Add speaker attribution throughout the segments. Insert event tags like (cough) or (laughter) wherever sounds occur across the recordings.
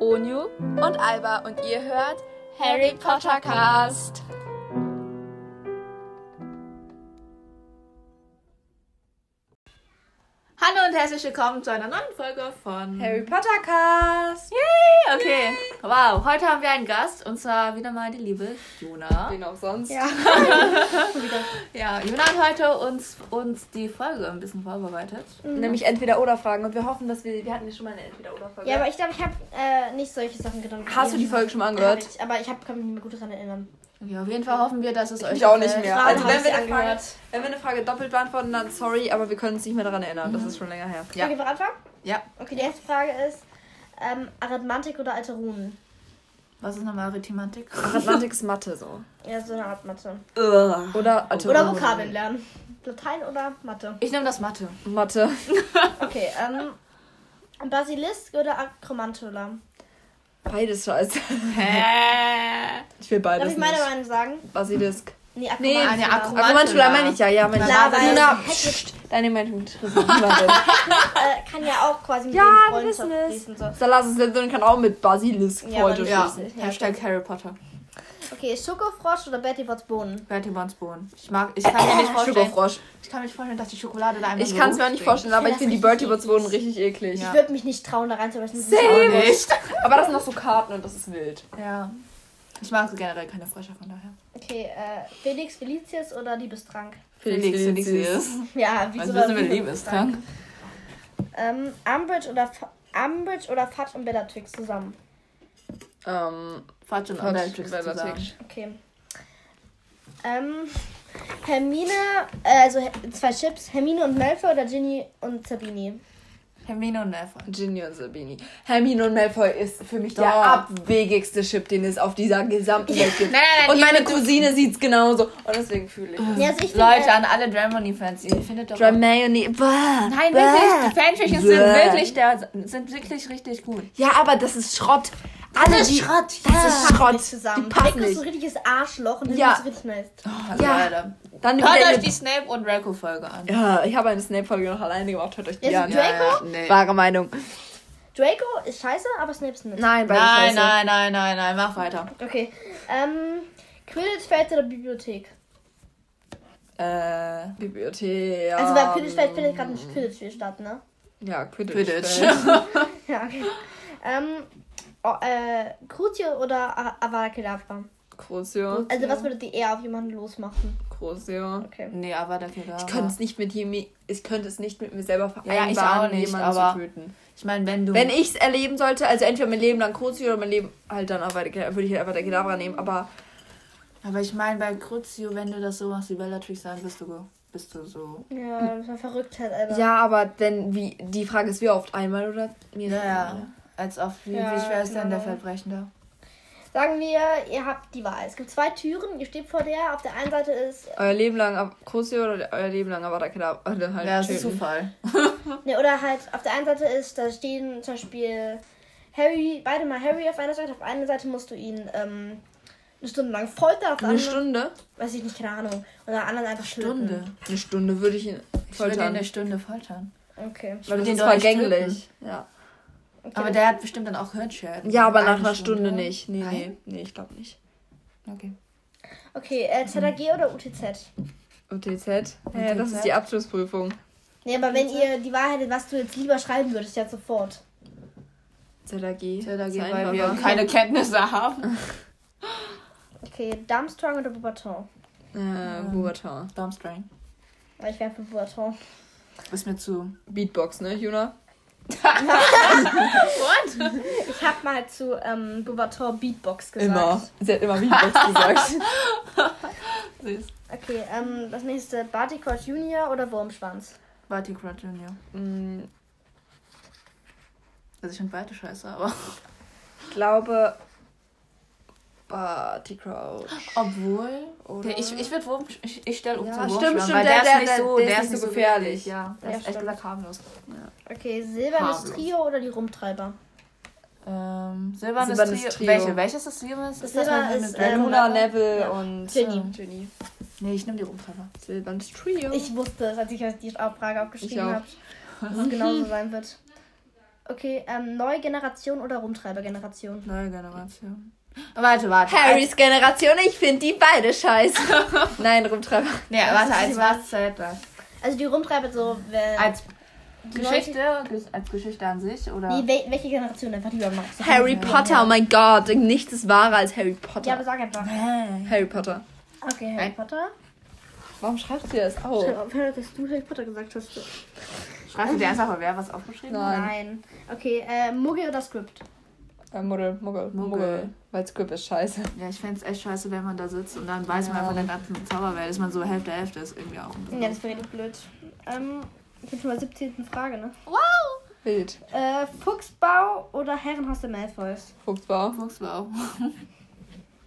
Speaker 1: Onyu und Alba und ihr hört Harry Potter Cast. Hallo und herzlich willkommen zu einer neuen Folge von
Speaker 2: Harry Potter Cast.
Speaker 1: Yay, okay. Wow, heute haben wir einen Gast und zwar wieder mal die liebe Juna.
Speaker 2: Wen auch sonst.
Speaker 3: Ja.
Speaker 1: Ja, Juna hat heute uns, uns die Folge ein bisschen vorbereitet.
Speaker 2: Nämlich entweder oder Fragen und wir hoffen, dass wir wir hatten ja schon mal eine entweder oder Folge.
Speaker 3: ja, aber ich glaube, ich habe äh, nicht solche Sachen gedacht.
Speaker 2: Hast du die Folge schon mal
Speaker 3: Ja, hab
Speaker 2: angehört?
Speaker 3: ich, aber ich hab, kann mich nicht mehr gut daran erinnern.
Speaker 1: Ja, auf jeden Fall hoffen wir, dass es euch
Speaker 2: Ich auch nicht
Speaker 1: gefällt.
Speaker 2: mehr.
Speaker 3: Fragen
Speaker 2: Also
Speaker 3: habe
Speaker 2: wenn
Speaker 3: ich
Speaker 2: wir,
Speaker 3: sie
Speaker 2: eine Frage,
Speaker 3: angehört.
Speaker 2: wenn wir eine Frage doppelt beantworten, dann sorry, aber wir können uns nicht mehr daran erinnern. Das ist schon länger her.
Speaker 1: Ja.
Speaker 3: Okay, wir anfangen?
Speaker 1: Ja.
Speaker 3: Okay, die erste Frage ist: ähm, Arithmantik oder alte Runen?
Speaker 1: Was ist nochmal Arithmetik?
Speaker 2: Mathematik ist Mathe so.
Speaker 3: Ja, so eine Art Mathe.
Speaker 2: Oder Alter,
Speaker 3: Oder Vokabeln lernen. Latein oder Mathe.
Speaker 1: Ich nehme das Mathe.
Speaker 2: Mathe.
Speaker 3: Okay, ähm. Basilisk oder Akromantula?
Speaker 2: Beides scheiße.
Speaker 1: Hä?
Speaker 2: Ich will beides.
Speaker 3: Darf ich meine
Speaker 2: nicht.
Speaker 3: Meinung sagen?
Speaker 2: Basilisk.
Speaker 3: Nee,
Speaker 2: Nee,
Speaker 3: Akromantula.
Speaker 1: eine Akro-
Speaker 2: Akromantula meine ich ja, ja, meine ich.
Speaker 3: Klar, weil-
Speaker 2: Luna, pst, deine Meinung interessiert niemanden.
Speaker 3: (laughs) äh, kann ja auch quasi mit
Speaker 2: Ja,
Speaker 3: dem
Speaker 2: wir wissen
Speaker 3: Freundschaft
Speaker 2: es.
Speaker 3: fließen. So.
Speaker 2: Salas Slytherin kann auch mit Basilisk
Speaker 3: Ja,
Speaker 2: heute
Speaker 3: aber
Speaker 1: Ja,
Speaker 3: Schlüssel.
Speaker 1: Hashtag Harry Potter.
Speaker 3: Okay, Schokofrosch oder Betty Watts Bohnen?
Speaker 1: Bertie Bonds Bohnen. Ich mag, ich kann mir nicht vorstellen,
Speaker 2: Schokofrosch.
Speaker 1: Oh, ich kann mir nicht vorstellen, dass die Schokolade da einfach
Speaker 2: Ich kann es mir auch nicht vorstellen, aber ich
Speaker 3: Ich find
Speaker 2: finde die
Speaker 3: das
Speaker 2: Bertie Bots wurden richtig eklig.
Speaker 1: Ja.
Speaker 3: Ich würde mich nicht trauen, da reinzubrechen. Das ist
Speaker 2: Same.
Speaker 3: auch-
Speaker 2: vorstellen.
Speaker 1: Nicht.
Speaker 2: Aber das sind noch so Karten und das ist wild.
Speaker 1: Ja. Ich mag generell keine Frösche von daher.
Speaker 3: Okay, äh, Felix Felicius oder Liebestrank?
Speaker 1: Felix, Felix.
Speaker 3: (laughs) Ja, wie
Speaker 2: Also
Speaker 1: Was wissen wir
Speaker 3: soll- wie soll-
Speaker 1: Liebestrank?
Speaker 3: Ähm, Umbridge oder Fa- Umbridge oder Fudge und Bellatrix zusammen.
Speaker 2: Ähm,
Speaker 1: Fatsch und Bellatrix zusammen.
Speaker 3: Okay. Ähm, Hermine, äh, also He- zwei Chips, Hermine und Malfoy oder Ginny und Sabini?
Speaker 1: Hermine und Malfoy.
Speaker 2: Ginny und Sabini. Hermine und Malfoy ist für mich der
Speaker 1: Doch.
Speaker 2: abwegigste Chip, den es auf dieser gesamten Welt (laughs) gibt.
Speaker 1: Nein, nein, nein,
Speaker 2: und
Speaker 1: die
Speaker 2: meine Cousine sieht's genauso. Und deswegen fühle ich es.
Speaker 3: Ja, also ich finde,
Speaker 1: Leute, an alle Dramony-Fans, ihr findet doch...
Speaker 2: Hermione. Bäh,
Speaker 1: Nein,
Speaker 2: bäh.
Speaker 1: wirklich, die Fanfictions sind
Speaker 2: Bäh.
Speaker 1: wirklich, der, sind wirklich richtig gut.
Speaker 2: Ja, aber das ist Schrott. Alle die,
Speaker 3: Schrott,
Speaker 2: das ist Schrott. Die
Speaker 3: zusammen.
Speaker 2: passt
Speaker 3: Draco ist so ein
Speaker 2: nicht.
Speaker 3: richtiges Arschloch und
Speaker 2: Ja.
Speaker 3: ja. ist so richtig nice.
Speaker 1: Also
Speaker 2: Ja.
Speaker 1: Leute.
Speaker 2: Dann wieder
Speaker 1: Hört euch
Speaker 2: eine-
Speaker 1: die Snape und Draco-Folge an.
Speaker 2: Ja, ich habe eine Snape-Folge noch alleine gemacht. Hört euch die
Speaker 3: Ja,
Speaker 2: an.
Speaker 3: so Draco?
Speaker 1: Nee.
Speaker 2: Wahre Meinung.
Speaker 3: Draco ist scheiße, aber Snape ist nicht.
Speaker 2: Nein, beides
Speaker 1: Nein,
Speaker 2: scheiße.
Speaker 1: nein, nein, nein, nein, mach weiter.
Speaker 3: Okay. Ähm, Quidditch-Feld oder Bibliothek?
Speaker 1: Äh,
Speaker 2: Bibliothek.
Speaker 3: Also bei Quidditch-Feld
Speaker 2: ähm,
Speaker 3: findet gerade nicht Quidditch statt, ne?
Speaker 2: Ja, Quidditch.
Speaker 1: Quidditch.
Speaker 2: (laughs)
Speaker 3: Ja, (laughs) okay. Ähm, oh, äh, Crucio oder A- Avada-Kedavra?
Speaker 2: Crucio.
Speaker 3: Also was würdet ihr eher auf jemanden losmachen?
Speaker 2: Crucio.
Speaker 3: Okay.
Speaker 1: nee, aber der Kedavra.
Speaker 2: Ich könnte es nicht mit je, ich könnte es nicht mit mir selber
Speaker 1: Ja,
Speaker 2: vereinbaren,
Speaker 1: ich auch nicht,
Speaker 2: jemanden
Speaker 1: aber-
Speaker 2: zu töten.
Speaker 1: Ich meine, wenn du.
Speaker 2: Wenn ich es erleben sollte, also entweder mein Leben lang Crucio oder mein Leben halt dann Avada Kedavra, würde ich halt Avada Kedavra nehmen, aber
Speaker 1: aber ich meine, bei Crucio, wenn du das so machst wie Bellatrix, dann bist du, ge- bist du so.
Speaker 3: Ja, das war verrückt halt, Alter.
Speaker 2: ja, aber wenn wie die Frage ist, wie oft einmal oder
Speaker 1: Ja, ja. Als auf wie,
Speaker 3: Ja,
Speaker 1: wie schwer ist denn der
Speaker 3: genau.
Speaker 1: Verbrechen da?
Speaker 3: Sagen wir, ihr habt die Wahl. Es gibt zwei Türen, ihr steht vor der. Auf der einen Seite ist.
Speaker 2: euer Leben lang Av- Crucio oder euer Leben lang Avada Kedavra dann halt
Speaker 1: Ja, das ist
Speaker 2: töten.
Speaker 1: Zufall.
Speaker 3: Ne, oder halt, auf der einen Seite ist, da stehen zum Beispiel Harry, beide mal Harry auf einer Seite. Auf einer Seite musst du ihn ähm, eine Stunde lang foltern, auf der
Speaker 2: Eine
Speaker 3: anderen.
Speaker 2: Stunde?
Speaker 3: Weiß ich nicht, keine Ahnung. Oder anderen einfach
Speaker 1: Stunde.
Speaker 2: Eine Stunde würde ich ihn
Speaker 1: Ich würde den
Speaker 2: foltern.
Speaker 1: eine Stunde foltern.
Speaker 3: Töten. Okay.
Speaker 2: Weil das
Speaker 1: den
Speaker 2: ist
Speaker 1: doch nicht
Speaker 2: vergänglich. Ja.
Speaker 3: okay.
Speaker 1: Aber der hat bestimmt dann auch Hirnschäden.
Speaker 2: ja, aber nach
Speaker 1: Eine
Speaker 2: einer Stunde nicht. Nee, nee,
Speaker 1: Nein?
Speaker 2: nee, ich glaube nicht.
Speaker 1: Okay.
Speaker 3: Okay, äh, ZAG oder UTZ?
Speaker 2: UTZ? Ja, das ist die Abschlussprüfung.
Speaker 3: Nee, aber wenn ihr die Wahl hättet, was du jetzt lieber schreiben würdest, jetzt sofort.
Speaker 2: ZAG.
Speaker 1: Ja, da
Speaker 2: Ist
Speaker 1: geht, weil
Speaker 2: einfacher.
Speaker 1: wir (laughs) keine Kenntnisse haben.
Speaker 3: Okay, Darmstrang oder Bobaton?
Speaker 2: Äh, Bobaton.
Speaker 1: Darmstrang.
Speaker 3: Ich wäre für Bobaton.
Speaker 1: Ist mir zu.
Speaker 2: Beatbox, ne, Juna?
Speaker 1: Und?
Speaker 3: Ich habe mal zu ähm, Bobaton Beatbox gesagt.
Speaker 2: Immer. Sie hat immer (laughs) Beatbox gesagt.
Speaker 1: Süß.
Speaker 3: Okay, ähm, das nächste, Barty Crouch Junior oder Wurmschwanz?
Speaker 1: Barty Crouch Junior.
Speaker 2: Mm,
Speaker 1: Also ich finde beide scheiße, aber.
Speaker 2: Ich glaube. Barty Crouch.
Speaker 1: Obwohl.
Speaker 2: Oder-
Speaker 1: Der, ich ich würde Wurm. Ich, ich stelle um
Speaker 2: Ja,
Speaker 1: zu Wurm.
Speaker 2: stimmt,
Speaker 1: schwimmen,
Speaker 2: stimmt,
Speaker 1: weil
Speaker 2: der-
Speaker 1: der, ist
Speaker 2: der-
Speaker 1: nicht so, der,
Speaker 2: der ist
Speaker 1: ist
Speaker 2: nicht
Speaker 1: nicht
Speaker 2: so
Speaker 1: so
Speaker 2: gefährlich.
Speaker 1: gefährlich. Ja, der
Speaker 3: Ja,
Speaker 1: ist echt
Speaker 3: stimmt.
Speaker 1: gesagt harmlos.
Speaker 3: Okay, Silbernes
Speaker 1: Harmlos.
Speaker 3: Trio oder die Rumtreiber?
Speaker 1: Ähm, silbernes,
Speaker 2: Silbernes
Speaker 1: Trio.
Speaker 2: Trio.
Speaker 1: Welche? Welches ist silbernes? Ist
Speaker 3: Silber
Speaker 1: mit- mit
Speaker 3: ist,
Speaker 1: Draco?
Speaker 3: ähm,
Speaker 2: Äh, Luna, Neville
Speaker 3: Ja.
Speaker 2: und.
Speaker 3: Ginny.
Speaker 2: äh, Ginny.
Speaker 1: Nee, ich nehme die Rumtreiber.
Speaker 2: Silbernes Trio.
Speaker 3: Ich wusste es, als ich euch die Frage aufgeschrieben
Speaker 2: Ich auch.
Speaker 3: habe, dass es genauso sein wird. Okay, ähm, neue Generation oder Rumtreibergeneration?
Speaker 1: Neue Generation. Warte, warte.
Speaker 2: Harrys Generation, ich finde die beide scheiße. Nein, Rumtreiber.
Speaker 1: Als, nee,
Speaker 2: (laughs)
Speaker 1: warte, als was zählt das?
Speaker 3: Also die Rumtreiber so, wer,
Speaker 1: Als
Speaker 3: die
Speaker 1: Geschichte, ges- als Geschichte an sich oder?
Speaker 3: Leute, nee, wel, welche Generation einfach die übermacht. So.
Speaker 2: Harry Potter, oh mein Gott. Nichts ist wahrer als Harry Potter.
Speaker 3: Ja, aber sag einfach.
Speaker 1: Hä?
Speaker 2: Harry Potter.
Speaker 3: Okay, Harry Potter.
Speaker 1: Oh.
Speaker 2: Warum schreibst du das
Speaker 3: Ich
Speaker 2: auf?
Speaker 3: hab aufgehört, dass du Harry Potter gesagt hast.
Speaker 1: Schreibst du dir einfach mal, wer was aufgeschrieben hat?
Speaker 2: Nein.
Speaker 3: Nein. Okay, äh, Muggel oder Script?
Speaker 2: Äh, Muggel, Muggel,
Speaker 1: Muggel.
Speaker 2: Muggel. Weil Script ist scheiße.
Speaker 1: Ja, ich fände es echt scheiße, wenn man da sitzt und dann weiß man
Speaker 2: Ja.
Speaker 1: einfach in der ganzen Zauberwelt, dass man so Hälfte, Hälfte ist irgendwie auch. ein bisschen-
Speaker 3: Ja, das wäre richtig blöd. Ähm, ich bin schon mal 17. Frage, ne?
Speaker 2: Wild.
Speaker 3: Äh, Fuchsbau oder Herrenhaus der Malfoys?
Speaker 2: Fuchsbau.
Speaker 1: Fuchsbau.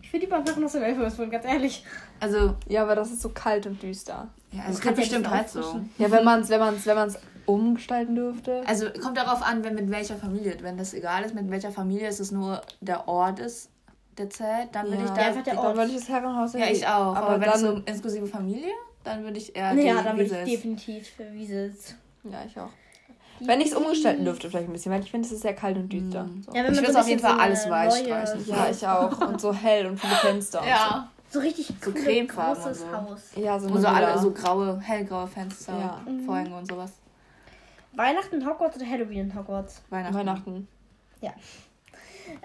Speaker 3: Ich finde die beim Herrenhaus der Malfoys wohl, ganz ehrlich.
Speaker 1: Also,
Speaker 2: Ja, aber das ist so kalt und düster.
Speaker 1: ja, es
Speaker 3: kannst
Speaker 1: gibt
Speaker 3: ja nicht
Speaker 1: bestimmt halt
Speaker 3: auffrischen.
Speaker 1: Heizung.
Speaker 2: Ja, wenn man es wenn man's, wenn man's umgestalten dürfte.
Speaker 1: Also kommt darauf an, wenn mit welcher Familie. Wenn das egal ist, mit welcher Familie ist es ist nur der Ort ist, der zählt, dann würde
Speaker 2: Ja.
Speaker 1: ich
Speaker 2: Ja,
Speaker 1: da.
Speaker 3: einfach der
Speaker 1: die-
Speaker 3: Ort.
Speaker 2: Dann würde ich das Herrenhaus
Speaker 1: ja, ich auch. Aber,
Speaker 2: Aber
Speaker 1: wenn es
Speaker 2: dann.
Speaker 1: so inklusive Familie, dann würde ich eher.
Speaker 3: ja,
Speaker 1: die
Speaker 3: dann würde ich
Speaker 1: Wieses.
Speaker 3: definitiv für Wieses.
Speaker 2: ja, ich auch. Wenn ich es umgestalten dürfte, vielleicht ein bisschen, weil ich finde, es ist sehr kalt und düster. So.
Speaker 3: Ja, wenn
Speaker 1: Ich würd's
Speaker 3: man so ein
Speaker 1: auf jeden
Speaker 3: bisschen
Speaker 1: Fall
Speaker 3: so
Speaker 1: alles
Speaker 3: eine
Speaker 1: weiß
Speaker 3: neue-
Speaker 1: streichen.
Speaker 2: Ja, ich auch. Und so hell und viele Fenster. und
Speaker 1: Ja.
Speaker 3: So richtig so coole,
Speaker 1: cremefarben und
Speaker 3: großes
Speaker 1: so.
Speaker 3: Haus.
Speaker 2: So. Ja, so,
Speaker 1: Und so
Speaker 2: eine
Speaker 1: alle
Speaker 2: Villa.
Speaker 1: so graue, hellgraue Fenster,
Speaker 2: Ja.
Speaker 3: Mhm.
Speaker 1: und Vorhänge und sowas.
Speaker 3: Weihnachten in Hogwarts oder Halloween in Hogwarts?
Speaker 1: Weihnachten.
Speaker 2: Weihnachten.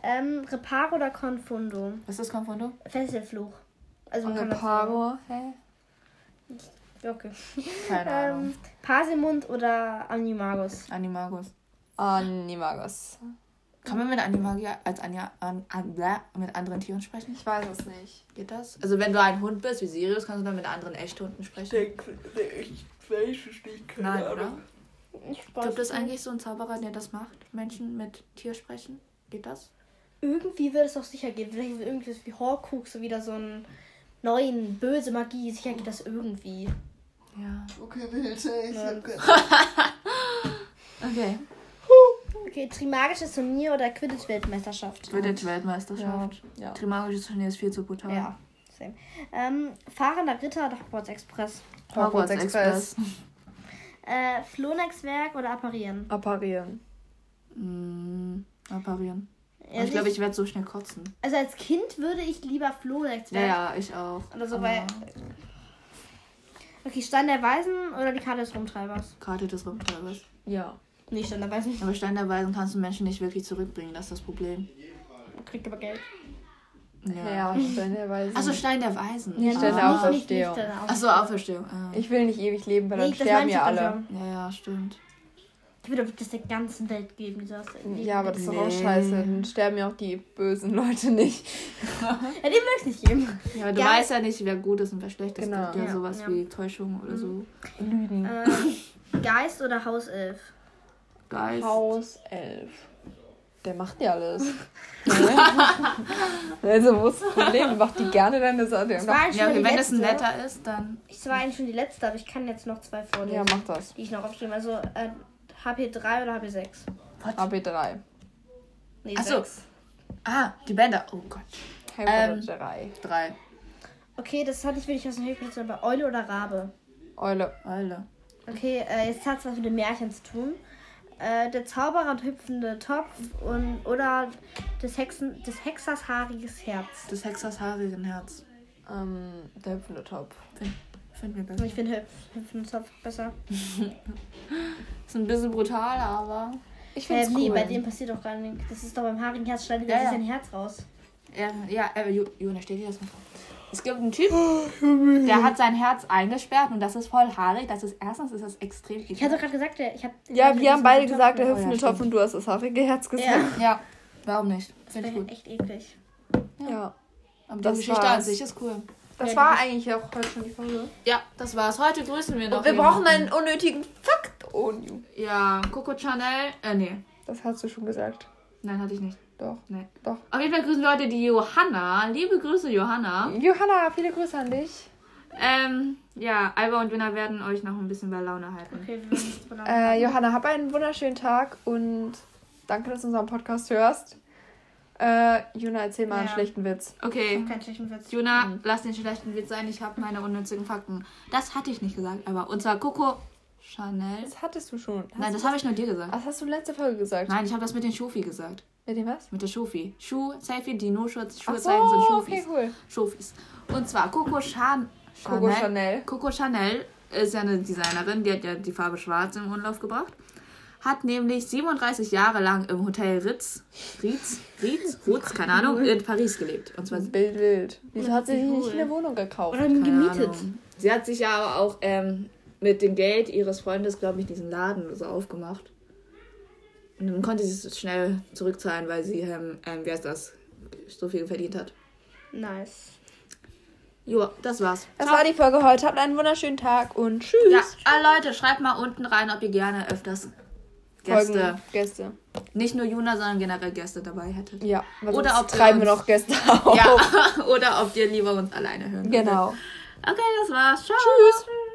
Speaker 3: Ähm, Reparo oder Confundo?
Speaker 1: Was ist das Konfondo?
Speaker 3: Fesselfluch. Also man kann das
Speaker 2: Reparo. Hä?
Speaker 3: sagen. Okay.
Speaker 1: Keine Ahnung.
Speaker 3: Ähm, Pasimund oder Animagus?
Speaker 1: Animagus.
Speaker 2: Ah, Animagus.
Speaker 1: Kann man mit Animagia als Anja, an, an, blä, mit anderen Tieren sprechen?
Speaker 2: Ich weiß es nicht.
Speaker 1: Geht das? Also wenn du ein Hund bist, wie Sirius, kannst du dann mit anderen Echthunden sprechen?
Speaker 4: denke, ich weiß es nicht, keine
Speaker 1: Nein,
Speaker 4: Ahnung.
Speaker 1: oder?
Speaker 3: Ich
Speaker 1: Gibt es eigentlich so einen Zauberer, der das macht? Menschen mit Tier sprechen? Geht das?
Speaker 3: Irgendwie wird es doch sicher gehen. Vielleicht wird irgendwas wie Horcrux so wieder so einen neuen, böse Magie. Sicher geht das irgendwie. Ähm,
Speaker 1: Ja.
Speaker 4: Okay, Hilfe, ich hab keine
Speaker 1: Okay.
Speaker 3: Okay, Trimagisches Turnier oder Quidditch-Weltmeisterschaft?
Speaker 1: Wird jetzt Weltmeisterschaft.
Speaker 2: Ja.
Speaker 1: Trimagisches Turnier ist viel zu brutal.
Speaker 3: Ja, same. Ähm, fahrender Ritter oder Hogwarts Express?
Speaker 1: Hogwarts Express.
Speaker 3: Äh, Flonex-Werk oder Apparieren?
Speaker 2: Apparieren.
Speaker 1: Mm, apparieren. Und
Speaker 3: Also
Speaker 1: ich glaube, ich werde so schnell kotzen.
Speaker 3: also als Kind würde ich lieber Flonex-Werk.
Speaker 1: Ja, Ah. ja, ich auch.
Speaker 3: Oder so, weil. Okay, Stein der Weisen oder die Karte des Rumtreibers?
Speaker 1: Karte des Rumtreibers.
Speaker 2: Ja.
Speaker 3: Nee, Stein der Weisen.
Speaker 1: Aber steinerweisen kannst du Menschen nicht wirklich zurückbringen, das ist das Problem.
Speaker 3: Kriegt aber Geld.
Speaker 2: Ja, steinerweise.
Speaker 1: Achso, Also Stein der Weisen.
Speaker 2: Ja, Stein der
Speaker 1: Ah.
Speaker 2: Auferstehung.
Speaker 1: Achso, Auferstehung. Ah.
Speaker 2: ich will nicht ewig leben, weil dann
Speaker 3: äh, Nee, das
Speaker 2: sterben
Speaker 3: meine ich
Speaker 2: ja alle.
Speaker 3: alle.
Speaker 1: Ja, ja, stimmt.
Speaker 3: Ich würde das der ganzen Welt geben, dieses.
Speaker 2: Ja, aber das ist doch auch
Speaker 1: Nee.
Speaker 2: scheiße. Dann sterben ja auch die bösen Leute nicht.
Speaker 3: Ja, den will ich nicht geben.
Speaker 1: Ja, aber du
Speaker 3: Ja.
Speaker 1: weißt ja nicht, wer gut ist und wer schlecht ist.
Speaker 2: Genau.
Speaker 1: Es gibt ja,
Speaker 3: Ja,
Speaker 1: sowas
Speaker 3: ja.
Speaker 1: wie Täuschung oder so.
Speaker 2: Lügen.
Speaker 3: äh, Geist oder Hauself?
Speaker 1: Geist.
Speaker 2: Haus 11. Der macht ja alles. (laughs) also, wo ist das Problem? Die Macht die gerne deine Sache.
Speaker 3: Es war eigentlich
Speaker 1: Ja,
Speaker 3: schon
Speaker 1: okay,
Speaker 3: die
Speaker 1: wenn es
Speaker 3: letzte.
Speaker 1: ein netter ist, dann.
Speaker 3: Es war eigentlich schon die letzte, aber ich kann jetzt noch zwei vorlesen,
Speaker 2: Ja, mach das.
Speaker 3: die ich noch aufschreibe. Also äh, HP3 oder HP6?
Speaker 2: AB3.
Speaker 3: Nee,
Speaker 1: Ach so.
Speaker 3: sechs.
Speaker 1: Ah, die Bänder. Oh Gott. Ähm.
Speaker 2: Harry Potter 3.
Speaker 1: Drei.
Speaker 3: Okay, das hatte ich wirklich aus dem Hilfsmittel bei Eule oder Rabe.
Speaker 2: Eule.
Speaker 1: Alter.
Speaker 3: Okay, äh, jetzt hat es was mit dem Märchen zu tun. Äh, der Zauberer und hüpfende Topf und oder des, Hexen, des Hexers haariges Herz.
Speaker 1: Des Hexers haarigen Herz.
Speaker 2: Ähm, der hüpfende Topf.
Speaker 1: Finden wir
Speaker 3: Also Ich
Speaker 1: besser.
Speaker 3: finde hüpf, hüpfende Topf besser.
Speaker 1: Ist ein bisschen brutal, aber.
Speaker 2: Ich
Speaker 3: Äh,
Speaker 2: find's
Speaker 3: nee,
Speaker 2: cool.
Speaker 3: bei dem passiert doch gar nichts. Das ist doch beim haarigen Herz, schneidet er
Speaker 1: Ja,
Speaker 3: sich
Speaker 1: ja.
Speaker 3: sein Herz raus.
Speaker 1: Ja, ja äh, Ju- Jona, stell dir das mal vor. Es gibt einen Typ,
Speaker 2: Oh,
Speaker 1: der hat sein Herz eingesperrt und das ist voll haarig. Das ist erstens ist das extrem
Speaker 3: Ich hatte doch gerade gesagt, der- ich habe.
Speaker 2: ja, wir haben beide gesagt, der
Speaker 1: ja,
Speaker 2: hüpfende
Speaker 1: stimmt.
Speaker 2: Topf und du hast das haarige Herz gesagt.
Speaker 1: Ja, warum nicht?
Speaker 3: Das
Speaker 1: Finde ich
Speaker 3: wäre
Speaker 1: gut.
Speaker 3: echt eklig.
Speaker 2: Ja.
Speaker 1: Aber
Speaker 2: Das
Speaker 1: die Geschichte an
Speaker 2: war's.
Speaker 1: sich ist cool.
Speaker 2: Das
Speaker 3: Ja,
Speaker 2: war eigentlich auch heute schon die Folge.
Speaker 1: Ja, das war's. Heute grüßen wir noch.
Speaker 2: Und wir
Speaker 1: jemanden.
Speaker 2: brauchen einen unnötigen Fakt. Oh, New.
Speaker 1: Ja, Coco Chanel. Äh, nee.
Speaker 2: Das hast du schon gesagt.
Speaker 1: Nein, hatte ich nicht.
Speaker 2: Doch.
Speaker 1: Nee.
Speaker 2: Doch.
Speaker 1: Auf jeden Fall grüßen wir heute die Johanna. Liebe Grüße, Johanna.
Speaker 2: Johanna, viele Grüße an dich.
Speaker 1: Ähm, ja, Alba und Juna werden euch noch ein bisschen bei Laune halten.
Speaker 3: Okay, wir müssen uns belohnen.
Speaker 2: Äh, Johanna, hab einen wunderschönen Tag und danke, dass du unseren Podcast hörst. Äh, Juna, erzähl mal einen
Speaker 3: Ja.
Speaker 2: schlechten Witz.
Speaker 1: Okay.
Speaker 3: Kein schlechten Witz.
Speaker 1: Juna,
Speaker 2: Mhm.
Speaker 1: lass den schlechten Witz sein, ich habe meine unnützigen Fakten. Das hatte ich nicht gesagt, aber unser Coco Chanel.
Speaker 2: Das hattest du schon. Hast
Speaker 1: Nein, das habe ich nur dir gesagt.
Speaker 2: Das hast du letzte Folge gesagt.
Speaker 1: Nein, ich habe das mit den Schofi gesagt.
Speaker 2: Mit dem was?
Speaker 1: Mit der Schofi. Schuh, Selfie, die No-Schuhe Schuhe
Speaker 2: Ach so,
Speaker 1: zeigen sind
Speaker 2: okay,
Speaker 1: Schofis.
Speaker 2: cool.
Speaker 1: Schofis. Und zwar Coco Chan Chanel.
Speaker 2: Coco Chanel.
Speaker 1: Coco Chanel ist ja eine Designerin, die hat ja die Farbe schwarz im Umlauf gebracht. Hat nämlich 37 Jahre lang im Hotel Ritz, Ritz, Ritz, Ritz, keine
Speaker 2: (laughs)
Speaker 1: Ahnung, in Paris gelebt. Und zwar
Speaker 2: Bild, wild. Wieso hat sie sich
Speaker 3: Cool.
Speaker 2: nicht eine Wohnung gekauft?
Speaker 3: Oder ihn
Speaker 1: Keine
Speaker 3: gemietet.
Speaker 1: Ahnung. Sie hat sich ja aber auch ähm, mit dem Geld ihres Freundes, glaube ich, diesen Laden so aufgemacht. Und dann konnte sie es schnell zurückzahlen, weil sie, ähm, ähm, wie heißt das, so viel verdient hat.
Speaker 3: Nice.
Speaker 1: Joa, das war's.
Speaker 2: Das
Speaker 1: Ciao.
Speaker 2: war die Folge heute. Habt einen wunderschönen Tag und tschüss.
Speaker 1: Ja, ah, Leute, schreibt mal unten rein, ob ihr gerne öfters Gäste,
Speaker 2: Folgen, Gäste.
Speaker 1: nicht nur Juna, sondern generell Gäste dabei hättet.
Speaker 2: Ja, weil
Speaker 1: Oder
Speaker 2: sonst
Speaker 1: ob wir
Speaker 2: treiben wir
Speaker 1: uns-
Speaker 2: noch Gäste
Speaker 1: (laughs)
Speaker 2: auf.
Speaker 1: Ja, oder ob ihr lieber uns alleine hören
Speaker 2: Genau.
Speaker 1: würdet. Okay, das war's. Ciao. Tschüss.